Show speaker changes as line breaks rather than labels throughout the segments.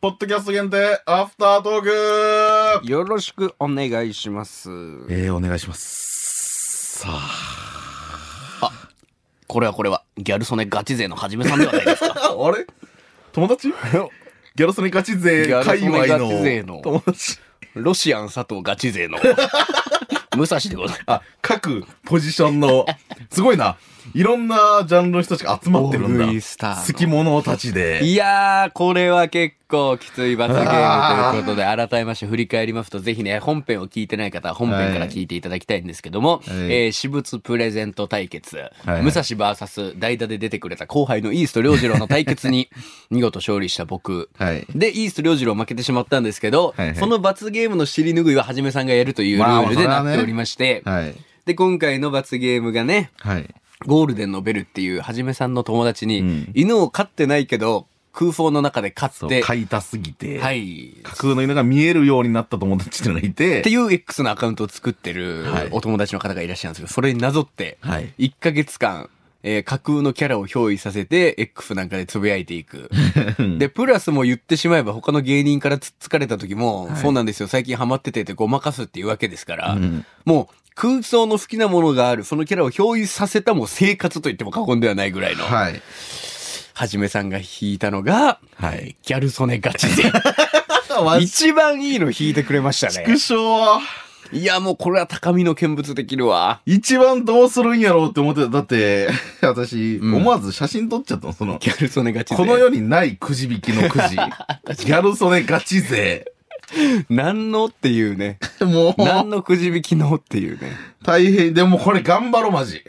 ポッドキャスト限定アフタートーク
よろしくお願いします。
えー、お願いします。さあ。
これはこれは、ギャル曽根ガチ勢のはじめさんではないですか。
あ、あれ友達ギャルソネガチ勢
ギャル
界
曽
隈
根ガチ勢
の
の
友達。
ロシアン佐藤ガチ勢の、 武蔵でございま
あ、各ポジションの、 すごいな。いろんなジャンルの人たちが集まってるんだ
オールイ。スターの
好き者たちで。
いやー、これは結構きつい罰ゲームということで、 改めまして振り返りますと、ぜひね、本編を聞いてない方は本編から聞いていただきたいんですけども、
はい
えー私物プレゼント対決、
はい
武蔵 VS 代打で出てくれた後輩のイースト良次郎の対決 に見事勝利した僕。
はい。
で、イースト良次郎負けてしまったんですけど、
はいはい
その罰ゲームの尻拭いははじめさんがやるというルールで
まあまあ
なっておりまして、
はい。
で、今回の罰ゲームがね、
はい。
ゴールデンのベルっていうはじめさんの友達に、
うん
犬を飼ってないけど空砲の中で飼
そ
っ
う、
て
書いたすぎて。
はい
架空の犬が見えるようになった友達っていうのがいて。
っていう X のアカウントを作ってる
はい
お友達の方がいらっしゃるんですけどそれになぞって
はい
1ヶ月間、えー架空のキャラを憑依させて X なんかでつぶやいて いくでプラスも言ってしまえば他の芸人からつっつかれた時も、そうなんですよ最近ハマっててってごまかすっていうわけですから、
ん
もう空想の好きなものがあるそのキャラを憑依させたもう生活と言っても過言ではないぐらいの。
はい。
はじめさんが弾いたのが、
はい
ギャル曽根ガチ 勢。
わし
一番いいの弾いてくれました
く
ね。
しょう。
いや、もうこれは高みの見物できるわ。
一番どうするんやろうって思ってた。だって、 私、
ん
思わず写真撮っちゃったの。その、
ギャル曽根ガチ勢。
この世にないくじ引きのく じ。ギャル曽根ガチ勢。
何のっていうね。
も
何
う、
のくじ引きのっていうね。
大変。でもこれ頑張ろう、マジ。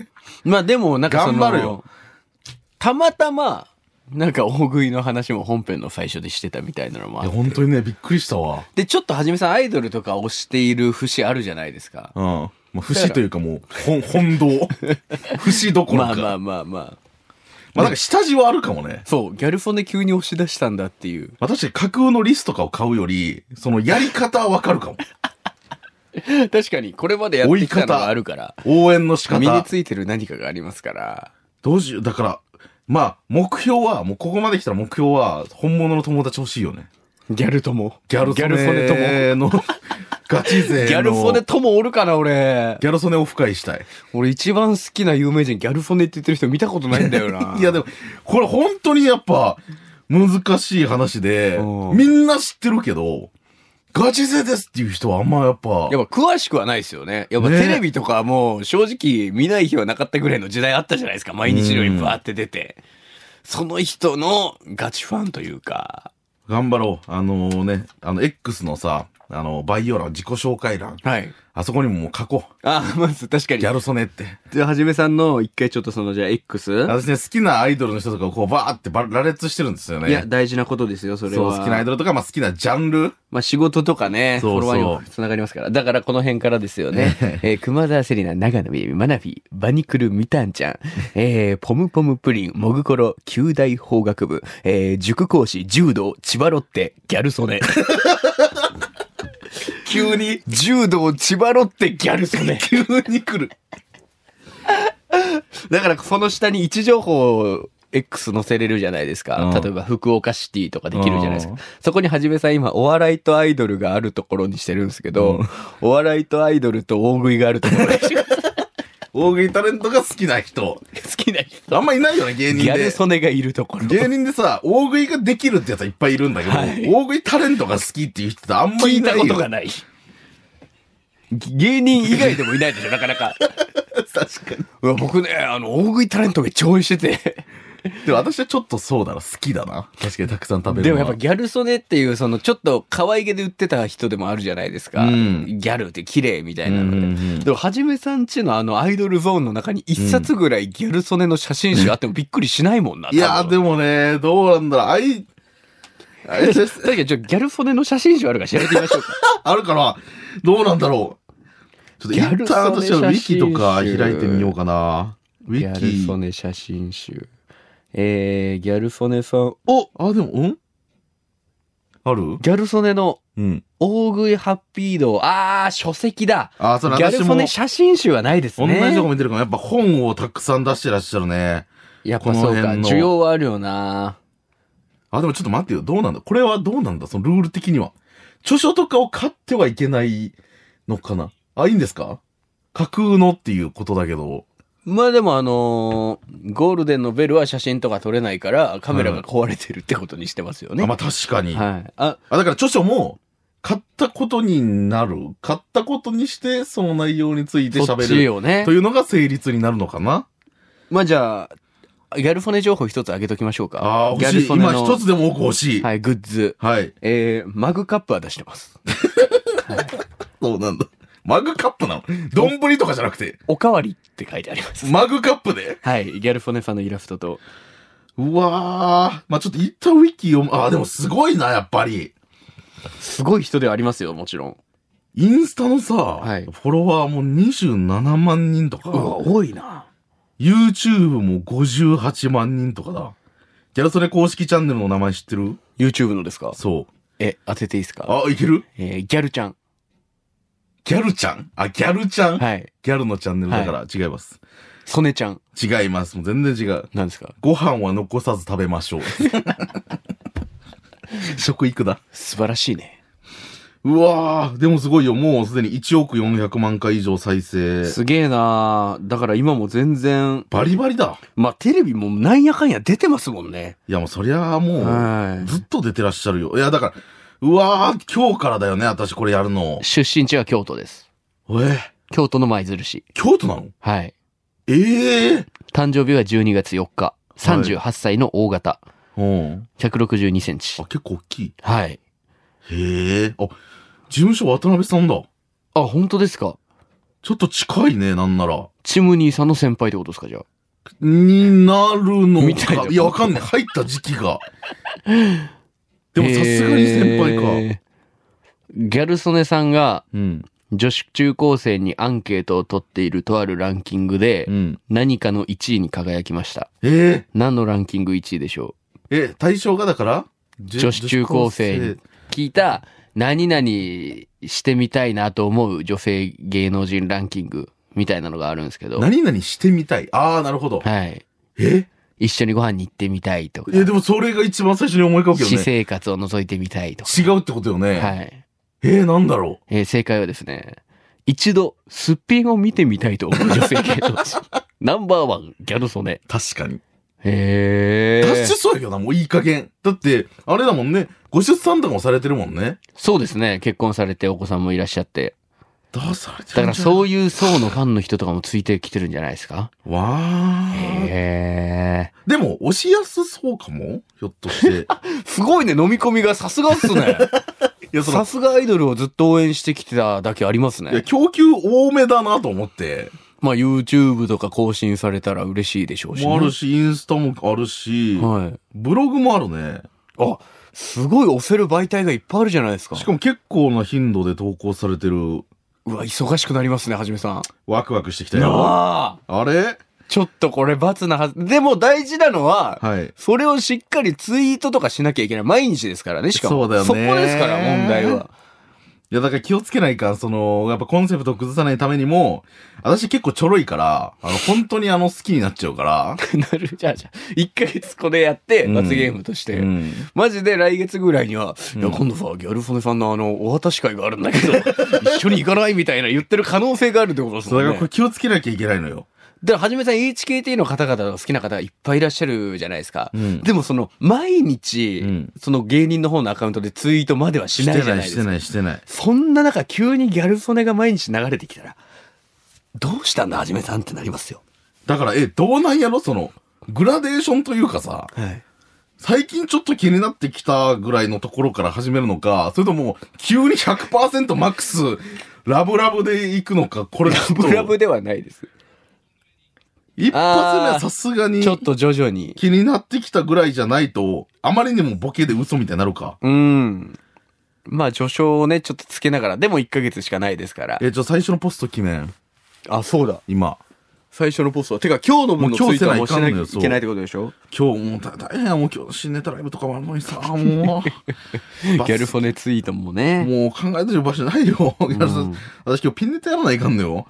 まあでも、なんかその、
頑張るよ
たまたま、なんか大食いの話も本編の最初でしてたみたいなのもあって
本当にね、びっくりしたわ。
で、ちょっとはじめさんアイドルとか推している節あるじゃないですか。
うん。もう、節というかもう、本、本堂。 節どころ
ま
か。ま
あ
あ、ま
ま
あ、
あまあまあ。
なんか下地はあるかもね。
そう、ギャル曽根急に押し出したんだっていう。
私、架空のリスとかを買うより、そのやり方はわかるかも。
確かに、これまでやってきたのがあるから。
応援の仕方。
身についてる何かがありますから。
どうしよう。だから、まあ、目標は、もうここまで来たら目標は、本物の友達欲しいよね。
ギャルとも。
ギャルソ
ギャル曽根
ネ の、ガチ勢
と
の。
も。ギャルソネともおるかな、俺。
ギャル曽根をオフ会したい。。
俺一番好きな有名人ギャルソネって言ってる人見たこと ないんだよな
いや、でも、これ本当にやっぱ、難しい話で
う、ん
みんな知ってるけど、ガチ勢ですっていう人はあんまやっぱ、
やっぱ詳しくはないですよね。やっぱ
ね
テレビとかもう正直見ない日はなかったぐらいの時代あったじゃないですか。毎日のようにバーって出て。その人のガチファンというか。
頑張ろう。あのね、あの、X のさ、あの、概要欄、自己紹介欄。
はい。
あそこにももう書こう。
あ、まず確かに。
ギャル曽根って。
ではじめさんの一回ちょっとそのじゃあ X?
私ね、好きなアイドルの人とかをこう、バーってば羅列してるんですよね。
いや、大事なことですよ、それ
そう、
は。
好きなアイドルとか、まあ好きなジャンル。
まあ、仕事とかね、
そうそう
フォロワーにもつながりますから。だからこの辺からです よね。えー、熊沢セリナ、長野みゆみ、マナフィ、バニクル、ミタンち ゃん、えー、ポムポムプリン、モグコロ、九大法学部、えー、塾講師、柔道、千葉ロッテ、ギャル曽根。
急に、
柔道、千葉ロッテ、ギャル曽根。
急に来る。
だからその下に位置情報を X 載せれるじゃないですか。
うん
例えば福岡シティとかできるじゃないです
う
か
ん。
そこにはじめさん今お笑いとアイドルがあるところにしてるんですけど、お笑いとアイドルと大食いがあるところにしてる
大食いタレントが好きな人。
好きな人。
あんまいないよね、芸人
ギャル
で。
曽根がいるところ。
芸人でさ、大食いができるってやつはいっぱいいるんだけど、
はい
大食いタレントが好きっていう人ってあんま
聞
い
い
な
た
いよ。
ことがない。芸人以外でもいないでしょ、なかなか。
確かに。
うわ 僕ね、あの、大食いタレントが超応援してて。
でも私はちょっとそうだな、好きだな。確かにたくさん食べる。
でもやっぱ、ギャル曽根っていう、その、ちょっと可愛げで売ってた人でもあるじゃないですか。
うん
ギャルって綺麗みたいな
うん
ので。
うんうん
でも、はじめさんちのあの、アイドルゾーンの中に一冊ぐらいギャル曽根の写真集あってもびっくりしないもんな。
いやーで
も。
もね、どうなんだろう。あい、あい
確かに、ちょっとギャル曽根の写真集あるから調べてみましょう か。
あるから、どうなんだろう。ちょっとインターとしてはウィキとか開いてみようかな。ウ
ギ
ィ
ャル曽
キ。
根写真集。えー、ギャル曽根さん、
おあ、でも、うんある
ギャル曽根の
うん。
大食いハッピー道。あー、書籍だ。
あ、そ
ギ
れ
ャ
私
ル
も
曽根写真集はないです
同
ね。
じとこ見てるから、やっぱ本をたくさん出してらっしゃるね。
やっぱそう
この
か、
辺の
需要はあるよな。
あ、でもちょっと待ってよ。どうなんだこれはどうなんだそのルール的には。著書とかを買ってはいけないのかなあ、いいんですか架空のっていうことだけど。
まあでもあのーゴールデンのベルは写真とか撮れないからカメラが壊れてるってことにしてますよね。
あまあ確かに。
はい。あ、
あ、だから著書も、買ったことになる。買ったことにして、その内容について
そっ
喋
ち
る。
よね
と。いうのが成立になるのかな
まあじゃあ、ギャル曽根情報一つあげときましょうか。
ああ、
ギャ
欲
ル
しい。
曽根
今
の
一つでも多く欲しい。はい。
はい、グッズ。えー、マグカップは出してます。
そうなんだ。マグカップなの丼とかじゃなくて、
おかわりって書いてあります。
マグカップで
はい、ギャルフォネさんのイラストと。
うわー。まあちょっと一旦ウィキ読む。ああ、でもすごいな、やっぱり。
すごい人ではありますよ、もちろん。
インスタのさ、
はい
フォロワーも27万人とか、
多いな。
YouTube も58万人とかだ。ギャル曽根公式チャンネルの名前知ってる
YouTube のですか
そう。
え、当てていいですか
あ、いける
えーギャルちゃん。
ギャルちゃんあ、ギャルちゃん、
はい。
ギャルのチャンネルだから違います。
曽根ちゃん。
違います。もう全然違う。
なんですか
ご飯は残さず食べま しょう。食育だ。
素晴らしいね。
うわー、でもすごいよ。もうすでに1億400万回以上再生。
すげえなだから今も全然、
バリバリだ。
まあ、テレビもなんやかんや出てますもんね。
いやもうそりゃあも
は
う、ずっと出てらっしゃるよ。いやだから、うわー、今日からだよね、私これやるの
い。。出身地は京都です。
えー、
京都の舞鶴市。
京都なの
はい。
ええ
誕生日は12月4日。38歳の大型。
うん。
162センチ
あ、。結構大きい。
はい。
へえ。あ、事務所渡辺さんだ。
あ、本当ですか
ちょっと近いね、なんなら。
チムニーさんの先輩ってことですかじゃあ。
になるの
みたいな
か。いや、わかんない。入った時期 が。でもさすがに先輩か。
か。ギャル曽根さんが
うん。
女子中高生にアンケートを取っているとあるランキングで
うん。
何かの1位に輝きました。
え
何のランキング1位でしょ
ええ、対象がだから
う女子中高生に。聞いた何々してみたいなと思う女性芸能人ランキングみたいなのがあるんですけど。
何々してみたい。ああ、なるほど。
はい。
え
一緒にご飯に行ってみたいとか。
え、でもそれが一番最初に思い浮かぶけど
私
ね。
生活を覗いてみたいとか。
違うってことよね。
はい。
えー、なんだろ
えー正解はですね、一度、すっぴんを見てみたいと思う女性系同 士。ナンバーワン、ギャル曽根。
う。確かに。
へ
出しそうやけどな、もういい加減。だって、あれだもんね。ご出産とかもされてるもんね。
そうですね。結婚されてお子さんもいらっしゃって。
出されてる
だか
ん
ら
じゃない
そういう層のファンの人とかもついてきてるんじゃないですか
わー。
へ
でも、押しやすそうかもひょっとして。
え。すごいね、飲み込みがさすがっす ね。
いや、その、
すがアイドルをずっと応援してきてただけあります
いや。供給多めだなと思って。
まあ YouTube とか更新されたら嬉しいでしょうし、ね。
もあるし、インスタもあるし、
はい。
ブログもあるね。
あ、すごい押せる媒体がいっぱいあるじゃないですか。
しかも結構な頻度で投稿されてる。
うわ、忙しくなりますね、はじめさん。
ワクワクしてきた
な
よ。
あ
あれ
ちょっとこれ罰なはず。でも大事なのは、
はい。
それをしっかりツイートとかしなきゃいけない。毎日ですからね、しかも。
そうだよね
そこですから、問題は。
いや、だから気をつけないかん、その、やっぱコンセプトを崩さないためにも、私結構ちょろいから、あの、本当にあの、好きになっちゃうから。
なる。じゃあ、じゃあ、1ヶ月これやって、
うん
罰ゲームとして。
うん。
マジで来月ぐらいには、
うん
いや、今度さ、ギャル曽根さんのあの、お渡し会があるんだけど、 一緒に行かないみたいな言ってる可能性があるってことです
そう、
もん
だ
ね。
からこ
だか
れ気をつけなきゃいけないのよ。
ら、はじめさん HKT の方々の好きな方がいっぱいいらっしゃるじゃないですか。
うん。
でもその、毎日、
うん
その芸人の方のアカウントでツイートまではしないじゃないで
し
す
て
か。
ない、してない。
そんな中、急にギャル曽根が毎日流れてきたら、どうしたんだ、はじめさんってなりますよ。
だから、え、どうなんやろその、グラデーションというかさ、
はい。
最近ちょっと気になってきたぐらいのところから始めるのか、それとも、急に100%マックス、ラブラブで行くのか、これちょっと、
ブラブではないです。
一発目
あ
は
ー
さすがに
ちょっと徐々に。
気になってきたぐらいじゃないと、あまりにもボケで嘘みたいになるか。
うん。まあ、序章をね、ちょっとつけながら、でも1ヶ月しかないですから。
え、じゃあ最初のポスト記念、
あ、そうだ。
今。
最初のポストは。てか、今日のもの
もう今日
ついて
せ
は
な
も
いう
し
かんの
な
よ
きゃいけないってことでしょ
今日もう大大変や、もう今日新ネタライブとかもあるのにさ、もう。
ギャルフォネツイートもね。
もう考えてる場所ないよ。ギャルフォネ 私今日ピンネタやらないかんのよ。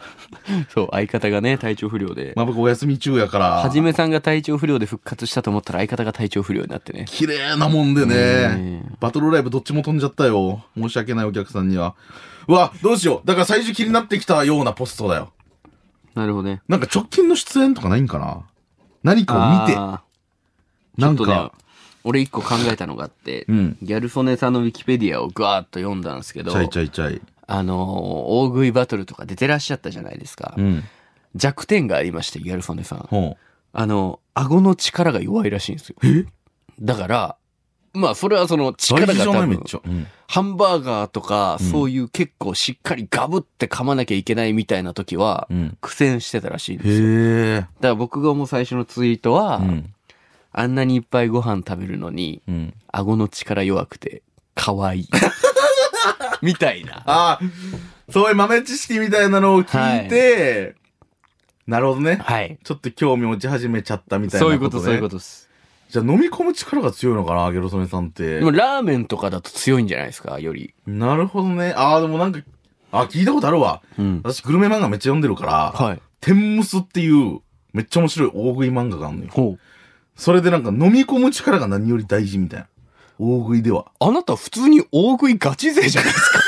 そう、相方がね、体調不良で。
まあ僕お休み中やから。
はじめさんが体調不良で復活したと思ったら相方が体調不良になってね。
綺麗なもんでね
う。
バトルライブどっちも飛んじゃったよ。申し訳ないお客さんには。うわ、どうしよう。だから最終気になってきたようなポストだよ。
なるほどね。
なんか直近の出演とかないんかな何かを見て、
あー
なん
ちょっとね
か、
俺一個考えたのがあって、
うん
ギャル曽根さんのウィキペディアをガーッと読んだんですけど
ちゃ、いちゃいちゃい。
あのー大食いバトルとか出てらっしゃったじゃないですか。
うん。
弱点がありまして、ギャル曽根さん。
ほ
あの、顎の力が弱いらしいんですよ。えだから、まあ、それはその
う。大
力
事じ
が
ゃ
多
ないめっ
分、
ちゃ。うん。
ハンバーガーとか、
うん
そういう結構しっかりガブって噛まなきゃいけないみたいな時は
う、ん。
苦戦してたらしいんですよ。
へえ。
だから僕がもう最初のツイートは、
うん。
あんなにいっぱいご飯食べるのに、
うん。
顎の力弱くて、可 愛い。みたいな。
ああ、そういう豆知識みたいなのを聞いて、なるほどね。
はい。
ちょっと興味持ち始めちゃったみたいな
そういう
こ、
ことと、
ね。。
そういうこととです。
じゃあ飲み込む力が強いのかな、ゲロソネさんって
で。もラーメンとかだと強いんじゃないですか、より。
なるほどね。ああ、でもなんか、あ聞いたことあるわ。
うん。
私、グルメ漫画めっちゃ読んでるから、
はい。
天むすっていう、めっちゃ面白い大食い漫画があるのよ。
ほう。
それでなんか飲み込む力が何より大事みたいな。大食いでは。
あなた普通に大食いガチ勢じゃないですか。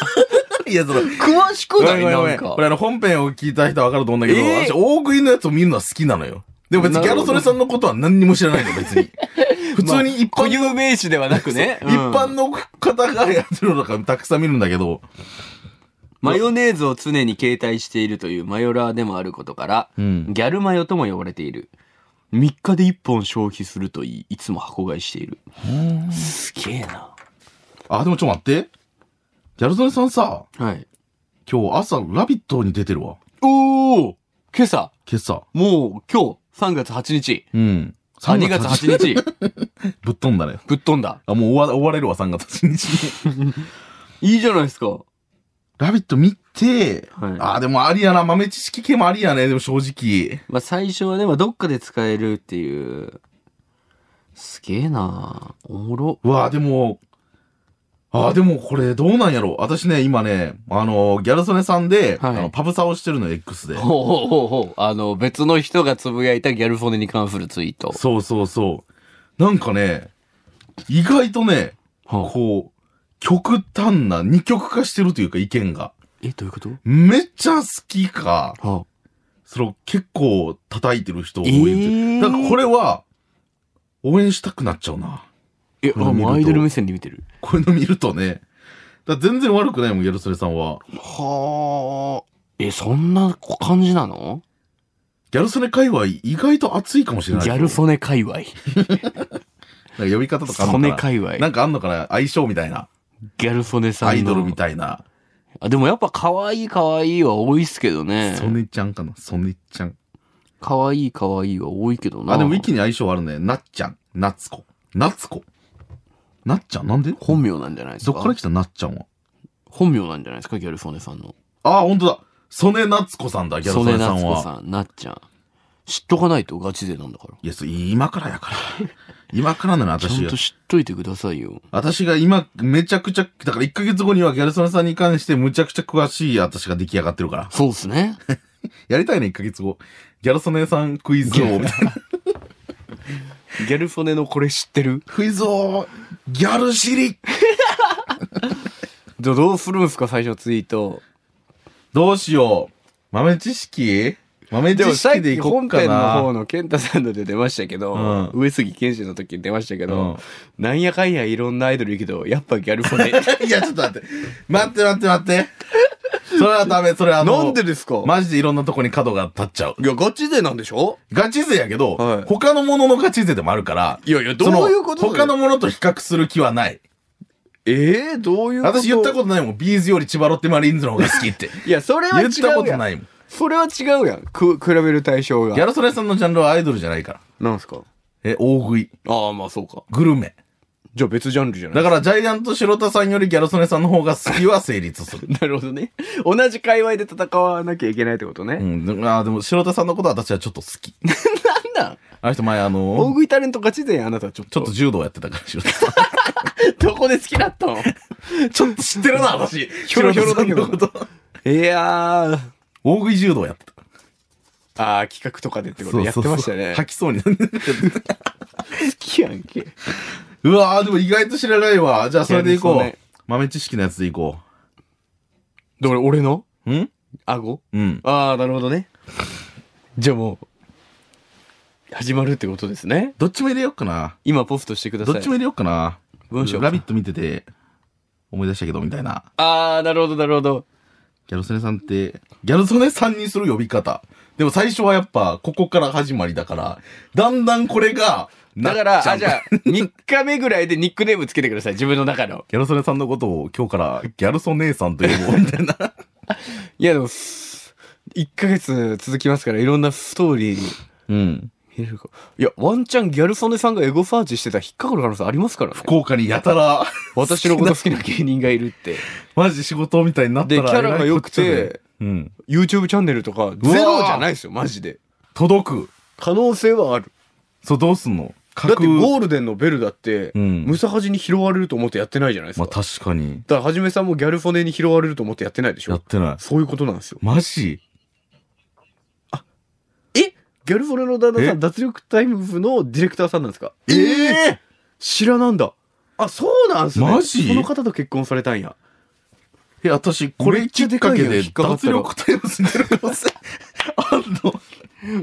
いや、その、
詳しく
ご
な
め
い
んご
な
めんごめ
ん
ん
か
こ。れあの本編を聞いた人はわかると思うんだけど、
えー
私大食いのやつを見るのは好きなのよ。でも別にギャルソレさんのことは何にも知らないの、別 に。普通に一
固
般の、
有名詞ではなくね。
一般の方がやってるのとかたくさん見るんだけど、
マヨネーズを常に携帯しているというマヨラーでもあることから、
うん
ギャルマヨとも呼ばれている。3日で1本消費するといい、いつも箱買いしている。すげえな。
あ、でもちょっと待って。ギャルソネさんさ、
はい。
今日朝、ラビットに出てるわ。
おお今朝、
今朝。
もう今日、3月8日。
うん。
あ2月8日、
ぶっ飛んだね。
ぶっ飛んだ。
あ、もう終わ終われるわ、3月8日に。
いいじゃないですか。
ラビット見て、
はい
あ、でもありやな。豆知識系もありやね。でも正直。
まあ最初はね、まあどっかで使えるっていう。すげえなおもろ。
うわ、でも、あ、でもこれどうなんやろう。私ね、今ね、あの、ギャル曽根さんで、
はい
あのパブサをしてるの、X で。
ほうほうほうほう。あの、別の人がつぶやいたギャルフォネに関するツイート。
そうそうそう。なんかね、意外とね、
はあ、
こう、極端な、二極化してるというか、意見が。
え、どういうこと
めっちゃ好きか、
は
その結構叩いてる人を応援してる。
えー
だからこれは、応援したくなっちゃうな。
え、
あもうア
ア
イ
イ
ドル
ドル
目
目線で見てる。
こういうの見るとね、だから全然悪くないもん、ギャル曽根さんは。
はあ。え、そんな感じなの
ギャル曽根界隈意外と熱いかもし
ギ
れない。
ャルソネ界隈。
なんか呼び方とかあんの
ソネ
かな。
界隈。
なんかあんのかな相性みたいな。
ギャルソネさんの。
アイドルみたいな。
あ、でもやっぱ可愛い可愛いは多いっすけどね。
ソネちゃんかなソネちゃん。
可愛い可愛いは多いけどな。
あ、でもウィキに相性あるね。なっちゃん。なつこ。なつこ。なっちゃんなんで
本名なんじゃないです
ど
か
っから来たなっちゃんは。
本名なんじゃないですかギャルソネさんの。
あ、ほんとだ。ソネなつこさんだ、ギャル
ソ
曽
ネ
根さ
ナ
ん
ツコ
は。
さん、なっちゃん。知っとかないとガチ勢なんだから。
いや、そう今からやから。今からなの、
ちゃ
私
ん
が
と。知っといてくださいよ。
私が今、めちゃくちゃ、だから1ヶ月後にはギャル曽根さんに関してむちゃくちゃ詳しい私が出来上がってるから。
そうっ すね。
やりたいね、1ヶ月後。ギャル曽根さんクイズ王みたいな。
ギャルソネのこれ知ってる
クイズ王、ギャルシリ。
どどうするんすか最初のツイート。
どうしよう。豆知識豆
でも
知
さっ
識で
き
いこう
本
か
編の
な
方。の健太さんので出ましたけど、
うん
上杉謙信の時に出ましたけ
うん
ど、なんやかんやいろんなアイドルいるけど、やっぱギャルソ ネ。
いや、ちょっと待って。待って待って待って。それはダメ、そ れはあの、
なんでですか、
マジでいろんなとこに角が立っちゃう。
いや、ガチ勢なんでしょ
ガチ勢やけど、
はい
他のもののガチ勢でもあるから、
いやいや、
その
どういうこと
他のものと比較する気はない。
えー、どういうこと
私言ったことないもん。ビーズより千葉ロッテマリーンズの方が好きって。
いや、それは違う
言
や
っ
ん。
たことないもん。
それは違うやん。く、比べる対象が。
ギャルソレさんのジャンルはアイドルじゃないから。
なんすか
え、大食い、
ああ、まあそうか。
グルメ、
じゃあ別ジャンルじゃな
だ
い
から、ジャイアント白田さんよりギャル曽根さんの方が好きは成立す る。
なるほどね。同じ界隈で戦わなきゃいけないってこと
う
ね。
ん。あーでも、白田さんのことは私はちょっと好き。
なんなん
あの人前、あ
大
の、
食いタレント勝ちであなたちょっ
ちょ
と。
っと柔道やってたから、白田さん。
どこで好きだったの
ちょっと知ってるな、私。
ひょろひょろだけど
白田さんのこと
いやー、
大食い柔道やってた。
あー企画とかでってことやってました ね。
吐きそうになる。
好きやんけ。
うわーでも意外と知らないわ。じゃあ、それでいこ。
いうやです
豆知識のやつでいこ
どれ、俺の
う。ん
顎
うん。
ああ、なるほどね。じゃあもう、始まるってことですね。
どっちも入れようかな。
今ポストしてください。
どっちも入れようかな。
文章
ラビット見てて、思い出したけど、みたいな。
ああ、なるほど、なるほど。
ギャル曽根さんって、ギャル曽根さんにする呼び方。でも最初はやっぱ、ここから始まりだから、だんだんこれが、な
だ
っ
か
ちゃ
ら、あ、
う
じゃあ、3日目ぐらいでニックネームつけてください。自分の中の。
ギャル曽根さんのことを今日から、ギャル曽姉さんと呼ぼう、みたいな。
いや、でも、す1ヶ月続きますから、いろんなストーリーに。
うん。
見れるかいや、ワンチャンギャル曽根さんがエゴサーチしてたら引っかかる可能性ありますからね。
福岡にやたら、
私のこと好きな芸人がいるって。
マジ仕事みたいになったら。
でキャラが良くて
えらいこっちゃで、うん。
YouTube チャンネルとか、ゼロじゃないですよ、マジで。
届く。
可能性はある。
そう、どうすんの
だって
う
ゴールデンのベルだって、
ん。
ムサハジに拾われると思ってやってないじゃないです
ま
か。
あ確かに。
だからはじめさんもギャルフォネに拾われると思ってやってないでし
や
ょ
ってない。
そういうことなんですよ。
マジ
えギャルフォネの旦那さ
え
ん、脱力タイムズのディレクターさんなんですか
ええ
知らなんだ。あ、そうなんすね。
マジ
この方と結婚されたんや。
え、私、これきっかけ
め
で
っちゃでかいよ引っかかった
脱
ら
力タイムズに出る可能性あん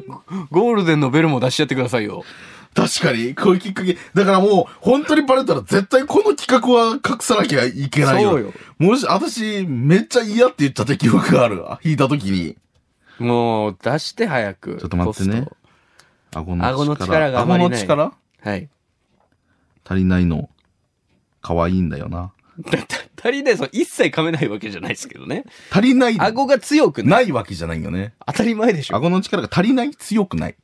の
ゴールデンのベルも出しちゃってくださいよ。
確かに、こういうきっかけ。だからもう、本当にバレたら絶対この企画は隠さなきゃいけないよ。
そうよ
もし、私、めっちゃ嫌って言っちゃった記憶がある。あ引いた時に。
もう、出して早く。
ちょっと待ってね
ポス
顎
顎の力があまりない
顎の力
ト。はい。
足りないの。可愛いんだよな。
だだ足りない、そう一切噛めないわけじゃないですけどね。
足りない。
顎が強くない。
ないわけじゃないよね。
当たり前でしょ。
顎の力が足りない、強くない。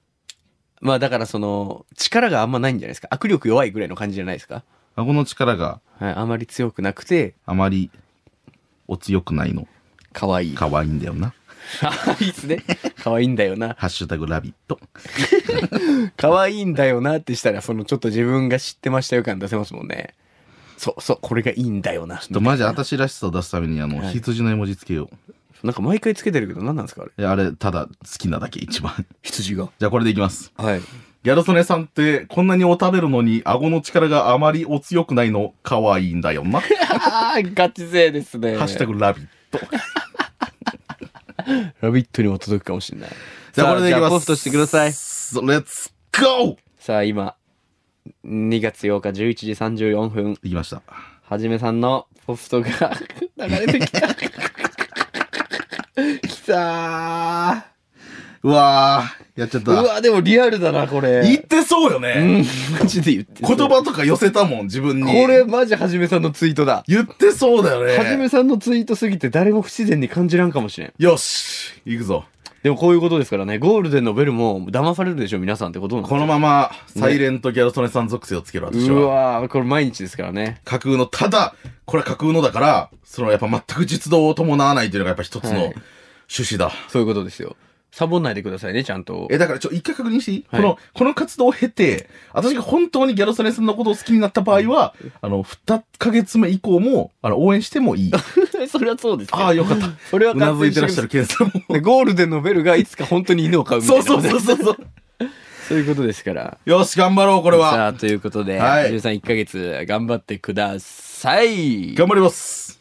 まあだからその、力があんまないんじゃないですか。握力弱いぐらいの感じじゃないですか。
顎の力が
はい。あまり強くなくて、
あまりお強くないの。
可愛い。
可愛いんだよな。
あいいですね。可愛いんだよな。
ハッシュタグラビット。
可愛いんだよなってしたら、そのちょっと自分が知ってましたよ感出せますもんね。そうそう、これがいいんだよな。
とマジ私らしさを出すためにあの、
はい
羊の絵文字つけよう
なんか毎回つけてるけど何なんですかあれ。
え。あれ、ただ好きなだけ一番。
羊が。
じゃあこれでいきます。
はい。
ギャル曽根さんってこんなにお食べるのに顎の力があまりお強くないの可愛いんだよ な。
ああ、 ガチ勢ですね。
ハッシュタグラビット。
ラビットにも届くかもしれない。
じゃあこれでいきます。
ポストしてください。
So Let's go!
さあ、今、2月8日11時34分、
できました。
はじめさんのポストが 流れてきた。 きたー。
うわー、やっちゃっ
う
た。
わ、でもリアルだな、こ
言っ
れ。
てそうよ
う
ね。
ん、マジで言ってそう
言葉とか寄せたもん、自分に。
これ、マジはじめさんのツイートだ。
言ってそうだよね。
はじめさんのツイートすぎて誰も不自然に感じらんかもしれん。
よし、行くぞ。
でもこういうことですからね、ゴールデンのベルも騙されるでしょ、皆さんってことなの
このまま、サイレントギャル曽根さん属性をつける私
う
は。
わー、これ毎日ですからね。
架空の、ただ、これは架空のだから、そのやっぱ全く実動を伴わないというのがやっぱ一つの
はい
趣旨だ。
そういうことですよ。サボんないでくださいね、ちゃんと。
え、だからちょ、一回確認していい、
はい
この、この活動を経て、私が本当にギャル曽根さんのことを好きになった場合は、あの、二ヶ月目以降も、あの、応援しても いい。
それはそうです
ああ、よかった。
それは
うなずいてらっしゃるケンさんも。
でゴールデンのベルがいつか本当に犬を飼うみたい
そう
な。
そうそうそう そう。
そういうことですから。
よし、頑張ろう、こ
こ
れは。
さあ、ということで、
はい
皆さん1ヶ月頑張ってください。
頑張ります。